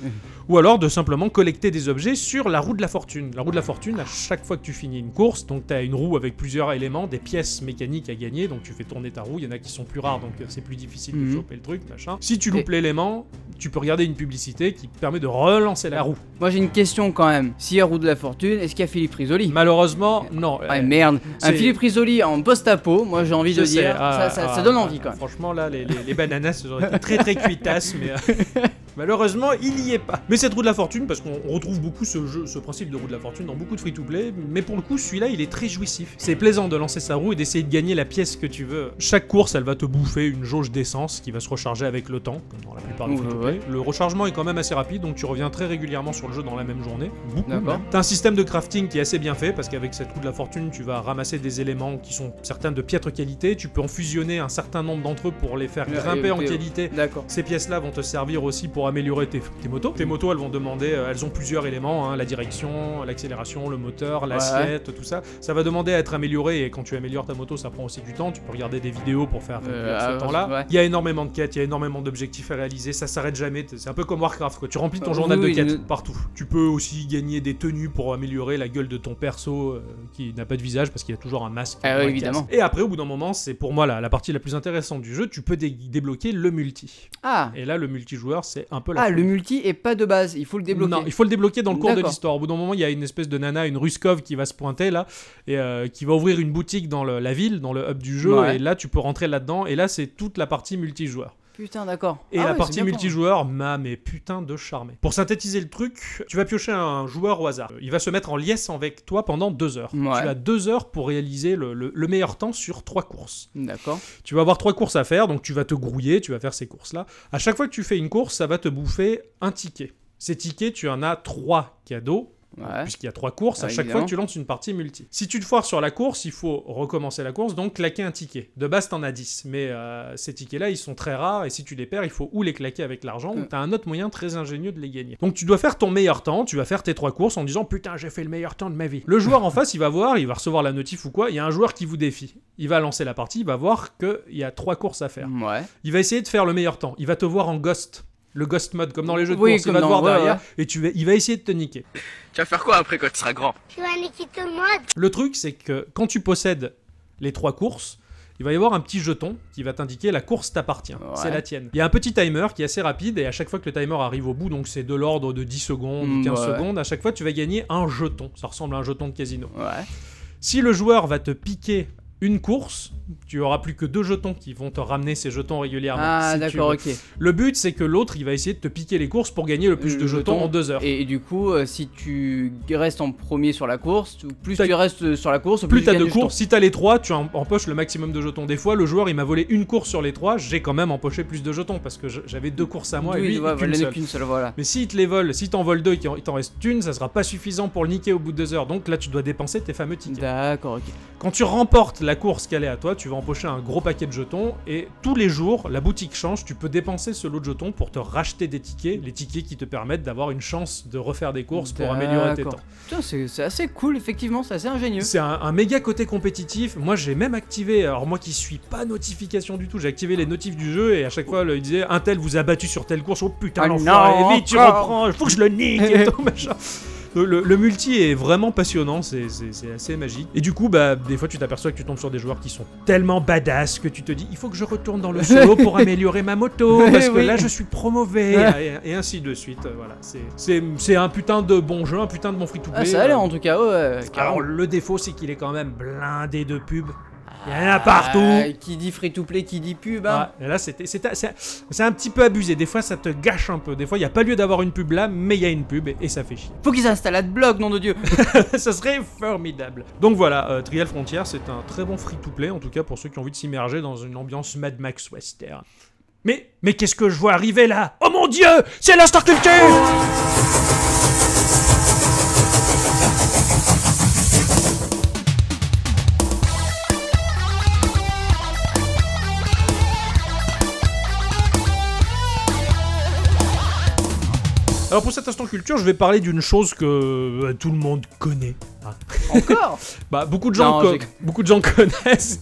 ou alors de simplement collecter des objets sur la roue de la fortune. La roue de la fortune, à chaque fois que tu finis une course, donc tu as une roue avec plusieurs éléments, des pièces mécaniques à gagner, donc tu fais tourner ta roue, il y en a qui sont plus rares, donc euh, c'est plus difficile de
Mhm.
choper le truc, machin. Si tu loupes l'élément, tu peux regarder une publicité qui te permet de relancer la roue.
Moi j'ai une question quand même. S'il y a Roue de la Fortune, est-ce qu'il y a Philippe Risoli
Malheureusement, non.
Ah
euh,
merde, un
Bah, c'est-
Philippe Risoli en post-apo, moi j'ai envie
je
de
sais,
dire,
ah,
ça, ça,
ah,
ça donne
ah,
envie quand même.
Franchement, là, les, les, les bananas, elles auraient été très très cuitasses, mais euh, malheureusement, il n'y est pas. Mais cette roue de la fortune, parce qu'on on retrouve beaucoup ce jeu, ce principe de roue de la fortune dans beaucoup de free-to-play, mais pour le coup, celui-là, il est très jouissif. C'est plaisant de lancer sa roue et d'essayer de gagner la pièce que tu veux. Chaque course, elle va te bouffer une jauge d'essence qui va se recharger avec le temps, comme dans la plupart des
Ouais,
free-to-play. Le rechargement est quand même assez rapide, donc tu reviens très régulièrement sur le jeu dans la même journée. Beaucoup.
D'accord.
même. T'as un système de crafting qui est assez bien fait, parce qu'avec cette roue de la fortune, tu vas ramasser des éléments qui sont certains de piètre qualité. Tu peux en fusionner un certain nombre d'entre eux pour les faire
Ouais,
grimper en
ouais.
qualité.
D'accord.
Ces pièces-là vont te servir aussi pour améliorer tes, tes motos. Tes motos, elles vont demander, euh, elles ont plusieurs éléments, hein, la direction, l'accélération, le moteur, l'assiette, tout ça. Ça va demander à être amélioré et quand tu améliores ta moto, ça prend aussi du temps. Tu peux regarder des vidéos pour faire
Euh,
réduire ce
ah,
temps-là.
ouais.
Il y a énormément de quêtes, il y a énormément d'objectifs à réaliser, ça s'arrête jamais. C'est un peu comme Warcraft, quoi. Tu remplis ton
Euh,
journal
oui,
de quêtes
oui, le-
partout. Tu peux aussi gagner des tenues pour améliorer la gueule de ton perso euh, qui n'a pas de visage parce qu'il y a toujours un masque.
Ah
dans
oui,
la
évidemment.
case. Et après, au bout d'un moment, c'est pour moi la, la partie la plus intéressante du jeu. Tu peux dé- débloquer le multi.
Ah,
Et là, le multijoueur, c'est un peu la.
ah
folie.
le multi est pas de base, il faut le débloquer.
Non, il faut le débloquer dans le cours de
D'accord.
l'histoire. Au bout d'un moment, il y a une espèce de nana, une Ruskov qui va se pointer là, et euh, qui va ouvrir une boutique dans le- la ville, dans le hub du jeu,
Ouais.
et là, tu peux rentrer là-dedans, et là, c'est toute la partie multijoueur.
Putain, d'accord.
Et
Ah ouais,
la
c'est
partie
bien
multijoueur m'a mais putain de charmé. Pour synthétiser le truc, tu vas piocher un joueur au hasard. Il va se mettre en liesse avec toi pendant deux heures.
Ouais.
Tu as deux heures pour réaliser le- le- le meilleur temps sur trois courses.
pensé. D'accord.
Tu vas avoir trois courses à faire, donc tu vas te grouiller, tu vas faire ces courses-là. À chaque fois que tu fais une course, ça va te bouffer un ticket. Ces tickets, tu en as trois cadeaux.
Ouais.
puisqu'il y a trois courses, à
Ouais,
chaque
évidemment.
fois tu lances une partie multi. Si tu te foires sur la course, il faut recommencer la course, donc claquer un ticket. De base, t'en as 10, mais euh, ces tickets-là, ils sont très rares, et si tu les perds, il faut ou les claquer avec l'argent, ou
Mm.
t'as un autre moyen très ingénieux de les gagner. Donc tu dois faire ton meilleur temps, tu vas faire tes trois courses en disant putain, j'ai fait le meilleur temps de ma vie. Le joueur en face, il va voir, il va recevoir la notif ou quoi, il y a un joueur qui vous défie. Il va lancer la partie, il va voir qu'il y a trois courses à faire.
Ouais.
Il va essayer de faire le meilleur temps. Il va te voir en ghost. Le ghost mode, comme dans les jeux de
Oui,
course. Il
comme
va te
dans-
voir
ouais,
derrière
ouais.
et tu vas- il va essayer de te niquer.
Tu vas faire quoi après quand tu seras grand
Je suis un équitomode.
Le truc, c'est que quand tu possèdes les trois courses, il va y avoir un petit jeton qui va t'indiquer la course t'appartient.
Ouais.
C'est la tienne. Il y a un petit timer qui est assez rapide et à chaque fois que le timer arrive au bout, donc c'est de l'ordre de 10 secondes,
Mm,
15
ouais.
secondes, à chaque fois tu vas gagner un jeton. Ça ressemble à un jeton de casino.
Ouais.
Si le joueur va te piquer une course, tu auras plus que deux jetons qui vont te ramener ces jetons régulièrement.
Ah,
Si tu
d'accord,
veux.
ok.
Le but, c'est que l'autre, il va essayer de te piquer les courses pour gagner le plus
Le
de jetons
jeton.
en deux heures.
Et, et du coup, euh, si tu restes en premier sur la course, tu- plus
T'as-
tu restes sur la course, plus,
plus
tu
t'as
gagnes
de
du temps.
courses, si t'as les trois, tu em- empoches le maximum de jetons. Des fois, le joueur, il m'a volé une course sur les trois, j'ai quand même empoché plus de jetons parce que je- j'avais deux courses à moi et
Oui,
lui,
ouais,
qu'une
voilà,
seule.
qu'une seule, voilà.
Mais s'il te les vole, si t'en voles deux et qu'il en- il t'en reste une, ça sera pas suffisant pour le niquer au bout de deux heures. Donc là, tu dois dépenser tes fameux tickets.
D'accord, ok.
Quand tu remportes la course qu'elle est à toi, tu vas empocher un gros paquet de jetons et tous les jours, la boutique change, tu peux dépenser ce lot de jetons pour te racheter des tickets, les tickets qui te permettent d'avoir une chance de refaire des courses pour améliorer tes temps.
D'accord. Putain, c'est c'est assez cool, effectivement, c'est assez ingénieux.
C'est un, un méga côté compétitif. Moi, j'ai même activé, alors moi qui suis pas notification du tout, j'ai activé les notifs du jeu et à chaque fois, le- il disait un tel vous a battu sur telle course. Oh putain,
Ah
l'enfoiré,
non,
vite, tu
encore.
reprends, faut que je le nique et tout, machin. Le, le- le multi est vraiment passionnant, c'est- c'est c'est assez magique. Et du coup, bah, des fois, tu t'aperçois que tu tombes sur des joueurs qui sont tellement badass que tu te dis il faut que je retourne dans le solo pour améliorer ma moto
Oui,
parce que
oui.
là, je suis trop mauvais. et, et ainsi de suite. Voilà, c'est- c'est c'est un putain de bon jeu, un putain de bon free-to-play.
Ah, ça a l'air
Euh,
en tout cas, ouais.
alors,
carrément.
le défaut, c'est qu'il est quand même blindé de pubs. Il y en a partout.
Ah, qui dit free to play, qui dit pub, hein.
Ouais, et là, c'était- c'était- c'est c'est un petit peu abusé. Des fois, ça te gâche un peu. Des fois, il n'y a pas lieu d'avoir une pub là, mais il y a une pub et, et ça fait chier.
Faut qu'ils installent Adblock, nom de Dieu.
ça serait formidable. Donc voilà, euh, Trial Frontier, c'est un très bon free-to-play, en tout cas pour ceux qui ont envie de s'immerger dans une ambiance Mad Max Western. Mais, mais qu'est-ce que je vois arriver là Oh mon dieu C'est l'instant culture Alors pour cet instant culture, je vais parler d'une chose que euh, tout le monde connaît. hein.
Encore
Bah, beaucoup de gens,
Non,
co-
j'ai-
beaucoup de gens connaissent.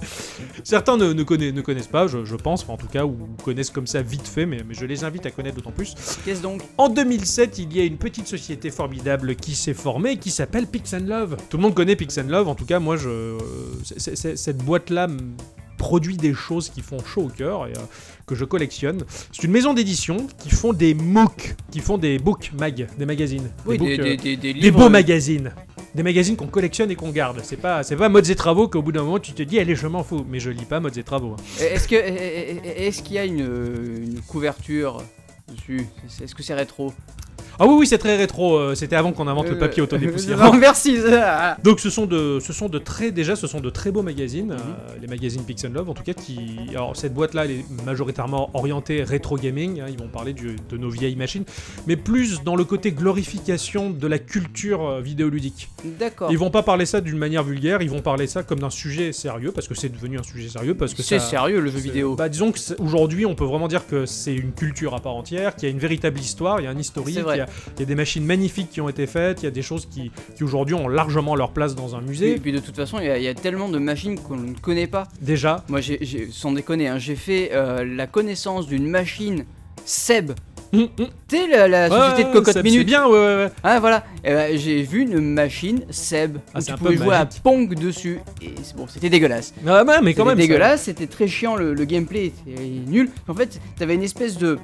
Certains ne, ne, connaissent, ne connaissent pas, je, je pense, enfin, en tout cas, ou connaissent comme ça vite fait, mais, mais je les invite à connaître d'autant plus.
Qu'est-ce donc
En 2007, il y a une petite société formidable qui s'est formée, qui s'appelle Pix and Love. Tout le monde connaît Pix and Love, en tout cas, moi, je... c'est- c'est- c'est- cette boîte-là m- produit des choses qui font chaud au cœur et euh, que je collectionne. C'est une maison d'édition qui font des MOOC, qui font des book mag, des magazines.
Oui,
books,
des,
euh,
des, des, des
des
livres.
beaux magazines. Des magazines qu'on collectionne et qu'on garde. C'est pas, c'est pas Modes et Travaux qu'au bout d'un moment tu te dis, allez, je m'en fous. Mais je lis pas Modes et Travaux. hein.
Est-ce que est-ce qu'il y a une, une couverture dessus Est-ce que c'est rétro
Ah oui, oui, c'est très rétro. euh, C'était avant qu'on invente le
Euh,
papier
non,
autodépoussiérant.
merci. ça. ah,
Donc ce sont de, ce sont de très, déjà, ce sont de très beaux
Mhm.
magazines, euh, les magazines Pix and Love en tout cas. Qui, alors cette boîte-là, elle est majoritairement orientée rétro gaming. hein, ils vont parler du- de nos vieilles machines, mais plus dans le côté glorification de la culture euh, vidéoludique.
D'accord.
Ils vont pas parler ça d'une manière vulgaire. Ils vont parler ça comme d'un sujet sérieux parce que c'est devenu un sujet sérieux parce que
C'est
ça-
sérieux le jeu
C'est-
vidéo.
Bah, disons qu'aujourd'hui, on peut vraiment dire que c'est une culture à part entière, qu'il y a une véritable histoire, il y a un historique,
C'est
il y,
vrai.
a, il y a des machines magnifiques qui ont été faites, il y a des choses qui, qui aujourd'hui ont largement leur place dans un
Et
musée.
puis de toute façon, il y, a- il y a tellement de machines qu'on ne connaît pas.
Déjà,
Moi, j'ai, j'ai- sans déconner, hein, j'ai fait euh, la connaissance d'une machine Seb.
Hum, hum.
T'es la, la société
Ouais,
de cocotte
c'est- C'est
minute.
bien, ouais, ouais, ouais.
Ah voilà. Eh ben, j'ai vu une machine Seb
Ah,
où
c'est
tu
un peu
pouvais jouer à
magique.
Pong dessus. Et c'est- bon, c'était dégueulasse.
Ah, bah, mais quand
C'était
même. ça-
dégueulasse, c'était très chiant, le, le gameplay était nul. En fait, t'avais une espèce de.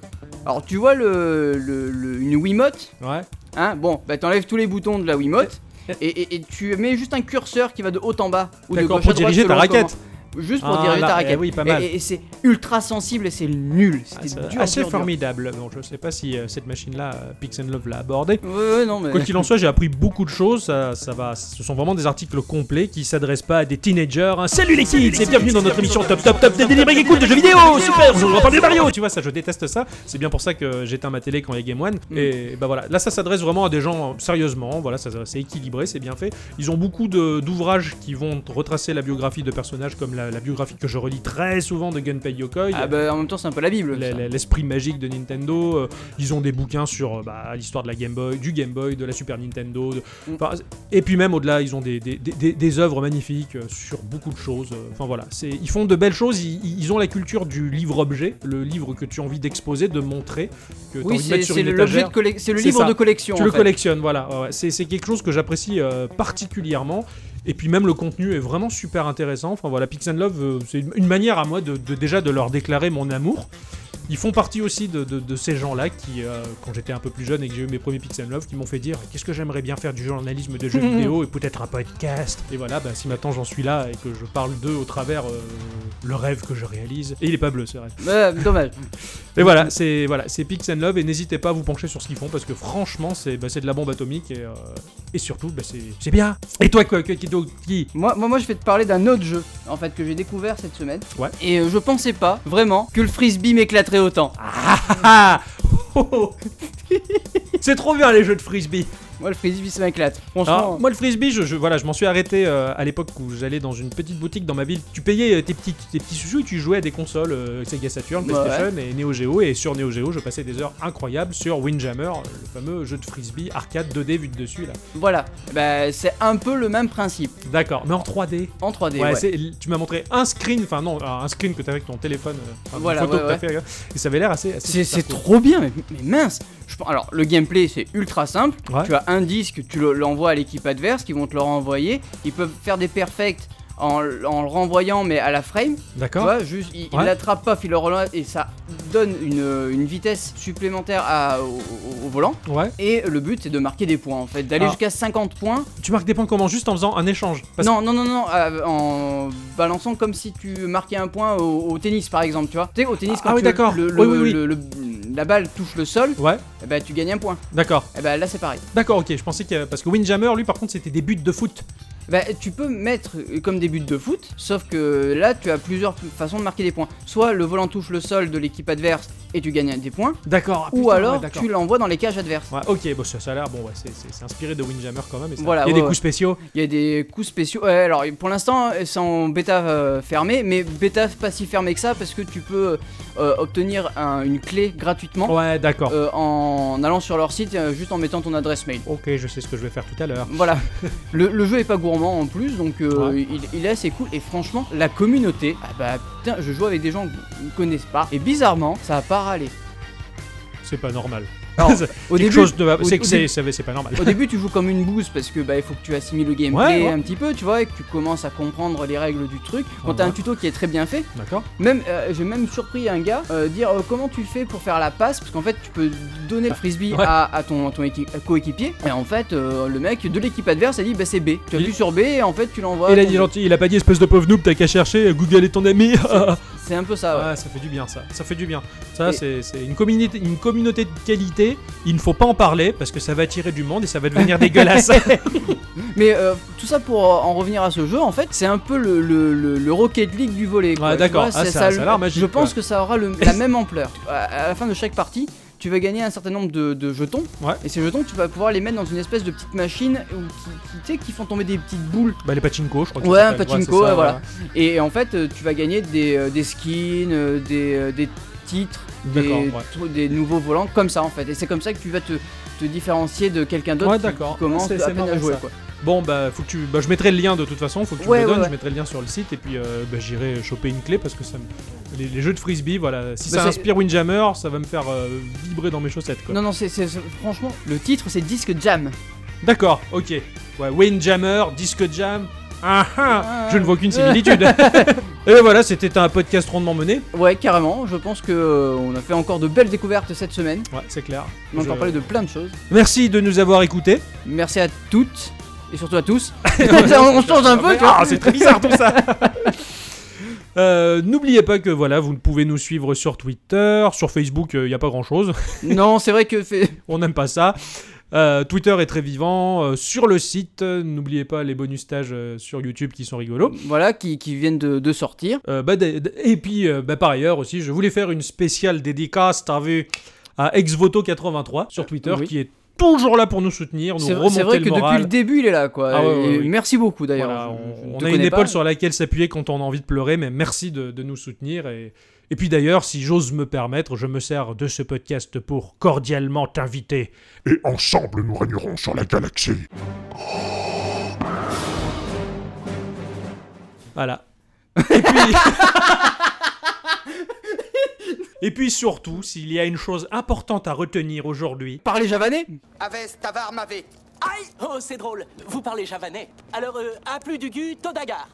Alors, tu vois le, le- le- une Wiimote,
Ouais.
hein Bon, bah t'enlèves tous les boutons de la Wiimote et, et- et tu mets juste un curseur qui va de haut en bas ou de
D'accord,
gauche
pour
à droite
diriger
selon
ta raquette.
comment- juste pour
Ah
diriger
là,
ta
eh
raquette.
oui, pas mal.
Et, et c'est ultra sensible et c'est nul.
Ah,
C'était
c'est
dur,
assez
dur, dur.
formidable. Bon, je sais pas si euh, cette machine-là, euh, Pix and Love l'a abordé.
Ouais, ouais, non, mais.
Quoi qu'il en soit, j'ai appris beaucoup de choses. Ça, ça va. Ce sont vraiment des articles complets qui s'adressent pas à des teenagers. hein. Salut les kids et bienvenue dans notre émission Top Top Top des délires et cool de jeux vidéo. Super, on va parler de Mario. Tu vois, ça, je déteste ça. C'est bien pour ça que j'éteins ma télé quand il y a Game One.
Mm.
Et bah voilà. Là, ça s'adresse vraiment à des gens euh, sérieusement. Voilà, ça, c'est équilibré, c'est bien fait. Ils ont beaucoup de- d'ouvrages qui vont retracer la biographie de personnages, comme la, la biographie que je relis très souvent de Gunpei Yokoi.
Ah bah en même temps, c'est un peu la Bible.
La-
ça.
la- l'esprit magique de Nintendo. euh, ils ont des bouquins sur euh, bah, l'histoire de la Game Boy, du Game Boy, de la Super Nintendo. de-
Mm.
enfin, et puis même au-delà, ils ont des, des, des- des- des œuvres magnifiques euh, sur beaucoup de choses. euh, Enfin voilà, c'est- ils font de belles choses. Ils, ils- ils ont la culture du livre-objet, le livre que tu as envie d'exposer, de montrer, que tu as
Oui,
envie de mettre
c'est
sur
c'est
une
le-
étagère.
l'objet de collec- c'est le
C'est
livre
ça.
de collection.
Tu
en
le
fait.
collectionnes, voilà. Ouais, ouais. C'est c'est quelque chose que j'apprécie euh, particulièrement. Et puis même le contenu est vraiment super intéressant. Enfin voilà, Pix and Love, euh, c'est une- une manière à moi de, de- déjà de leur déclarer mon amour. Ils font partie aussi de, de- de ces gens-là qui, euh, quand j'étais un peu plus jeune et que j'ai eu mes premiers Pix and Love, qui m'ont fait dire qu'est-ce que j'aimerais bien faire du journalisme de jeux vidéo et peut-être un podcast. Et voilà, bah, si maintenant j'en suis là et que je parle d'eux au travers euh, le rêve que je réalise. Et il est pas bleu ce rêve.
Ouais, dommage.
Et voilà, c'est voilà, c'est Pix and Love et n'hésitez pas à vous pencher sur ce qu'ils font parce que franchement, c'est bah, c'est de la bombe atomique et, euh, et surtout, bah, c'est c'est bien. Et toi, quoi, quoi, qui, donc, qui
Moi, moi, moi, je vais te parler d'un autre jeu, en fait, que j'ai découvert cette semaine.
Ouais.
Et euh, je pensais pas, vraiment, que le frisbee m'éclaterait autant.
Ah Oh, oh. C'est trop bien les jeux de frisbee.
Moi, le frisbee, ça m'éclate.
Ah.
Franchement.
Alors, moi le frisbee, je, je- voilà, je m'en suis arrêté euh, à l'époque où j'allais dans une petite boutique dans ma ville. Tu payais euh, tes petits tes petits sous et tu jouais à des consoles euh, Sega Saturn,
Ouais,
PlayStation et Neo Geo. Et sur Neo Geo, je passais des heures incroyables sur Windjammer, le fameux jeu de frisbee arcade 2D vu de dessus là.
Voilà, bah, c'est un peu le même principe
D'accord, mais en 3D.
en 3D.
Ouais,
ouais.
c'est- Tu m'as montré un screen, enfin non, un screen que t'as avec ton téléphone, euh, enfin, une
Voilà,
photo
ouais,
que t'as
ouais.
fait, regarde. et ça avait l'air assez.
C'est
assez super
c'est
cool.
trop bien, mais, mais mince. Je, pense- alors, le gameplay, c'est ultra simple.
Ouais.
Tu as un disque, tu le- l'envoies à l'équipe adverse, qui vont te le renvoyer. Ils peuvent faire des perfects en, l- en le renvoyant, mais à la frame. Tu
D'accord.
vois, juste, il
Ouais.
l'attrape, paf, il le relâche, et ça donne une, une vitesse supplémentaire à- au, au- au volant.
Ouais.
Et le but, c'est de marquer des points, en fait. D'aller
Ah.
jusqu'à 50 points.
Tu marques des points comment Juste en faisant un échange. Parce-
Non, non, non, non, euh, en balançant comme si tu marquais un point au, au tennis, par exemple, tu vois. Tu sais, au tennis,
Ah,
quand
ah oui,
tu-
d'accord.
le- le-
Oui, oui, oui.
le- le- la balle touche le sol,
Ouais,
eh ben, tu gagnes un point.
d'accord.
Eh ben, là, c'est pareil.
D'accord, ok. Je pensais que. Parce que Windjammer, lui, par contre, c'était des buts de foot.
Eh ben, tu peux mettre euh, comme des buts de foot, sauf que là, tu as plusieurs façons de marquer des points. Soit le volant touche le sol de l'équipe adverse et tu gagnes des points,
D'accord. ah,
ou
putain,
alors
ouais, d'accord.
tu l'envoies dans les cages adverses.
Ouais, ok, bon, ça, ça a l'air. Bon, ouais, c'est- c'est c'est inspiré de Windjammer quand même. et ça-
Voilà,
Il y a
ouais,
des
ouais.
coups spéciaux.
Il y a des coups spéciaux. Ouais, alors pour l'instant, c'est en bêta euh, fermée, mais bêta pas si fermée que ça parce que tu peux euh, obtenir un- une clé gratuitement
Ouais, d'accord.
euh, en allant sur leur site euh, juste en mettant ton adresse mail.
Ok, je sais ce que je vais faire tout à l'heure.
Voilà, le, le jeu est pas gourmand en plus, donc euh,
Ouais.
il, il est assez cool. Et franchement, la communauté, ah bah putain, je joue avec des gens qui ne connaissent pas. Et bizarrement, ça a pas râlé.
C'est pas normal.
Alors,
C'est
Au
quelque
début,
chose de-
au-
C'est que
au
c'est
début-
c'est- c'est pas normal.
Au début, tu joues comme une bouse parce que bah il faut que tu assimiles le gameplay
Ouais, ouais.
un petit peu, tu vois, et que tu commences à comprendre les règles du truc. Quand
Ouais,
t'as un
ouais.
tuto qui est très bien fait,
D'accord.
même euh, j'ai même surpris un gars euh, dire euh, comment tu fais pour faire la passe parce qu'en fait tu peux donner le frisbee
Ouais.
à, à ton, ton équi- coéquipier et en fait euh, le mec de l'équipe adverse a dit bah c'est B. Tu as
Il-
vu sur B et en fait tu l'envoies.
il, a
ton-
dit gentil, il a pas dit espèce de pauvre noob, t'as qu'à chercher, Google est ton ami.
C'est un peu ça. Ah ouais.
Ouais, ça fait du bien ça. Ça fait du bien. Ça,
Et-
c'est c'est une communauté, une communauté de qualité. Il ne faut pas en parler parce que ça va attirer du monde et ça va devenir dégueulasse.
Mais euh, tout ça pour euh, en revenir à ce jeu en fait c'est un peu le, le- le- le Rocket League du volet. quoi.
Ouais,
Tu
d'accord.
vois,
Ah, ça- ça a l'air magique,
Je pense
ouais.
que ça aura le- la même ampleur. À, à la fin de chaque partie. Tu vas gagner un certain nombre de, de jetons,
Ouais.
et ces jetons, tu vas pouvoir les mettre dans une espèce de petite machine où qui, qui, tu sais, qui font tomber des petites boules
bah les pachinko, je crois. que
Ouais,
ça
un
s'appelle.
pachinko,
c'est ça,
ouais, voilà. Et, en fait, euh, tu vas gagner des, euh, des skins, euh, des, euh, des titres, des,
D'accord, ouais.
tr- des nouveaux volants, comme ça en fait. Et c'est comme ça que tu vas te, te différencier de quelqu'un d'autre
Ouais,
qui-
d'accord.
qui commence
C'est-
à
c'est
peine
marrant,
à jouer.
ça.
Quoi.
Bon bah faut que tu, bah je mettrai le lien de toute façon. Faut que tu
Ouais,
me le
ouais,
donnes.
ouais.
Je mettrai le lien sur le site et puis euh, bah, j'irai choper une clé parce que ça. me- Les, les jeux de frisbee, voilà. Si
Bah,
ça
c'est-
inspire Windjammer, ça va me faire euh, vibrer dans mes chaussettes quoi.
Non, non, c'est, c'est- c'est- franchement, le titre c'est Disque Jam.
D'accord, ok. Ouais, Windjammer, Disque Jam. Ah ah, je ne vois aucune similitude. et ben voilà, c'était un podcast rondement mené.
Ouais, carrément, je pense que euh, on a fait encore de belles découvertes cette semaine.
Ouais, c'est clair.
On a encore
Je-
parlé de plein de choses.
Merci de nous avoir écoutés.
Merci à toutes et surtout à tous. on change un hein. peu, tu vois.
Ah, c'est très bizarre tout ça. Euh, N'oubliez pas que voilà, vous pouvez nous suivre sur Twitter, sur Facebook, il n'y a pas grand chose.
non, c'est vrai que fait-
on n'aime pas ça. Euh, Twitter est très vivant. euh, sur le site, euh, n'oubliez pas les bonus stages euh, sur YouTube qui sont rigolos.
voilà, qui, qui viennent de, de sortir.
Euh, bah, d- d- et puis, euh, bah, par ailleurs aussi, je voulais faire une spéciale dédicace, t'as vu, à Exvoto83 sur Twitter,
oui.
qui est toujours là pour nous soutenir, nous
C'est vrai, c'est
remonter
vrai
le
que depuis
moral.
le début, il est là, quoi.
Ah ouais, ouais,
Et
ouais.
Merci beaucoup d'ailleurs.
Voilà,
Je- je
on,
ne
on
te
a une
connais
épaule
pas.
sur laquelle s'appuyer quand on a envie de pleurer, mais merci de, de nous soutenir. Et, et puis d'ailleurs, si j'ose me permettre, je me sers de ce podcast pour cordialement t'inviter
et ensemble nous régnerons sur la galaxie.
Voilà. Et puis... Et puis surtout, s'il y a une chose importante à retenir aujourd'hui,
Parler javanais
Aves Tavar Mave.
Aïe Oh, c'est drôle. Vous parlez javanais. Alors, euh, à plus du cul, Todagar.